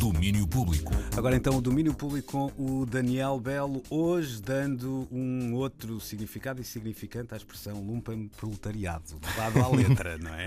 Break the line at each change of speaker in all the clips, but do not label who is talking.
Domínio público.
Agora então o domínio público com o Daniel Belo, hoje dando um outro significado e significante à expressão lumpen proletariado, levado à letra, não é?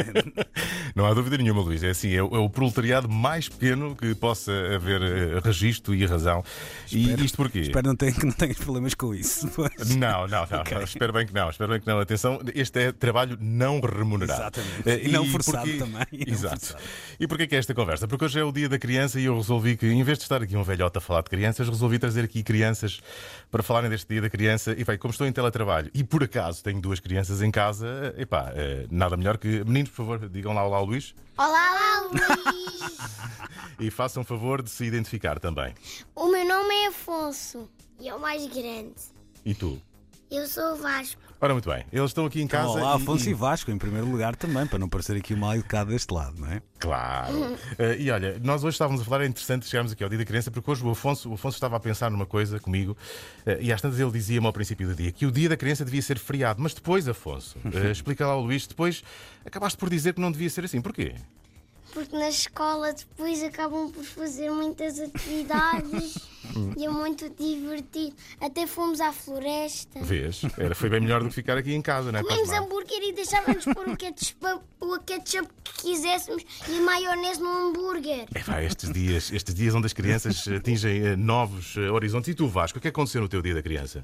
Não há dúvida nenhuma, Luís. É assim, é o, é o proletariado mais pequeno que possa haver eh, registro e razão. e isto porquê?
Espero não ter- que não tenhas problemas com isso. pois.
Não, não, não, não. Espero bem que não. Espero bem que não. Atenção, este é trabalho não remunerado.
Exatamente.
Eh,
E não forçado também. E não
Exato.
forçado.
E porquê que é esta conversa? Porque hoje é o dia da criança e eu resolvi que, em vez de estar aqui um velhote a falar de crianças, resolvi trazer aqui crianças para falarem deste dia da criança. E bem, como estou em teletrabalho e por acaso tenho duas crianças em casa, eh, epá, eh, nada melhor que. Meninos, por favor, digam lá olá ao Luís
Olá, Luís!
e façam favor de se identificar também.
o meu nome é Afonso e é o mais grande.
E tu?
Eu sou o Vasco.
Ora, muito bem, eles estão aqui em casa.
Olá,
e-
Afonso
e-
e Vasco, em primeiro lugar também, para não parecer aqui o mal educado deste lado, não é?
Claro. Eh, e olha, nós hoje estávamos a falar, é interessante chegarmos aqui ao dia da criança, porque hoje o Afonso, o Afonso estava a pensar numa coisa comigo, eh, e às tantas ele dizia-me ao princípio do dia que o dia da criança devia ser feriado. Mas depois, Afonso, eh,
Uhum.
explica lá ao Luís, depois acabaste por dizer que não devia ser assim. Porquê?
Porque na escola depois acabam por fazer muitas atividades e é muito divertido. Até fomos à floresta.
Vês? Era, foi bem melhor do que ficar aqui em casa, não é?
Comemos
Paz Mar?
hambúrguer e deixávamos pôr o ketchup, o ketchup que quiséssemos e maionese no hambúrguer.
É, pá, estes dias, estes dias onde as crianças atingem eh, novos eh, horizontes. E tu, Vasco, o que aconteceu no teu dia da criança?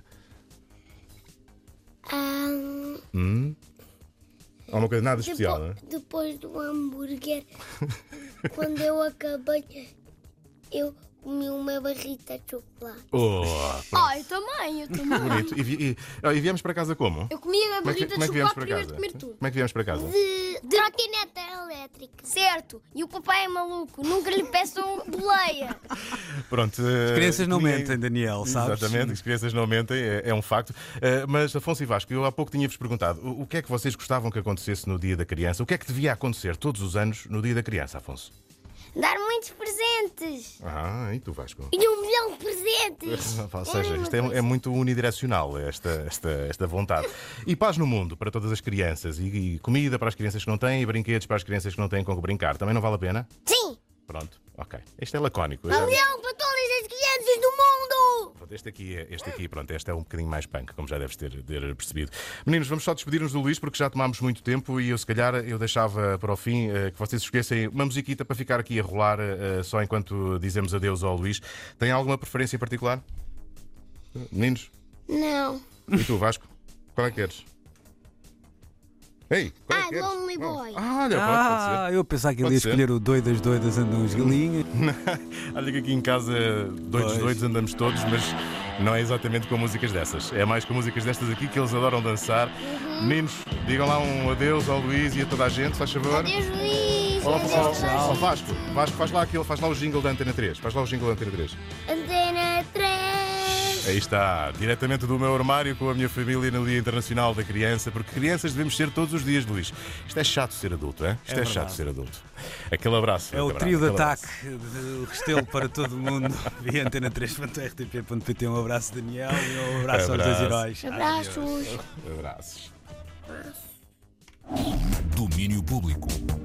Ah,
Alguma coisa nada
Depo-
especial, não é?
Depois do hambúrguer, quando eu acabei, eu comi uma barrita de chocolate.
Oh,
Ah, eu também, eu também.
bonito. E, vi- e- oh, e viemos para casa como?
Eu comia a
Como é que,
barrita
como é
de
que viemos
chocolate
para
primeiro
casa?
de comer tudo. Uhum.
Como é que viemos para casa?
De trotineta elétrica.
Certo, e o papai é maluco, nunca lhe peçam
um
boleia.
Pronto. eh,
As crianças não mentem, Daniel, sabes?
Exatamente, as crianças não mentem, é, é um facto. Eh, mas, Afonso e Vasco, eu há pouco tinha-vos perguntado o, o que é que vocês gostavam que acontecesse no dia da criança? O que é que devia acontecer todos os anos no dia da criança, Afonso?
Dar muitos presentes.
Ah, e tu, Vasco?
E um milhão de presentes. Um
Ou seja, isto é, é muito unidirecional, esta, esta, esta vontade. E paz no mundo para todas as crianças, e, e comida para as crianças que não têm, e brinquedos para as crianças que não têm com que brincar. Também não vale a pena?
Sim,
Pronto, ok. Este é lacónico. eu
um
já-
milhão para todas as crianças do mundo.
Pronto, Este aqui, é- este aqui, pronto, este é um bocadinho mais punk, como já deves ter, ter percebido. Meninos, vamos só despedir-nos do Luís porque já tomámos muito tempo e eu, se calhar, eu deixava para o fim eh, que vocês escolhessem uma musiquita para ficar aqui a rolar eh, só enquanto dizemos adeus ao Luís. Tem alguma preferência em particular? Meninos?
Não.
E tu, Vasco? Qual é que queres? Ei, qual é que
Ah,
queres?
Lonely
Não.
Boy.
Ah, olha, pode, pode ser.
Ah, eu pensava que ele
Pode
ia
ser.
escolher o doidas, doidas, andam as galinhas.
Olha que aqui em casa, doidos,
Pois.
doidos, andamos todos, mas não é exatamente com músicas dessas. É mais com músicas destas aqui que eles adoram dançar. Meninos, digam lá um adeus ao Luís e a toda a gente, se faz favor.
Adeus, Luís.
Olá,
Adeus,
olá,
Luís.
olá, Vasco, Vasco, faz lá aquele, faz lá o jingle da Antena 3. Faz lá o jingle da Antena 3.
Antena 3.
Aí está, diretamente do meu armário com a minha família no Dia Internacional da Criança, porque crianças devemos ser todos os dias, Luís. Isto é chato ser adulto, é? Isto é, chato
verdade.
ser adulto. Aquele abraço.
É o
Abraço,
trio de
aquele abraço.
ataque do Restelo para todo o mundo. Via antena 3.rtp.pt. Um abraço, Daniel, e um abraço, aos dois
Abraço.
heróis.
Abraços.
Abraços.
Domínio público.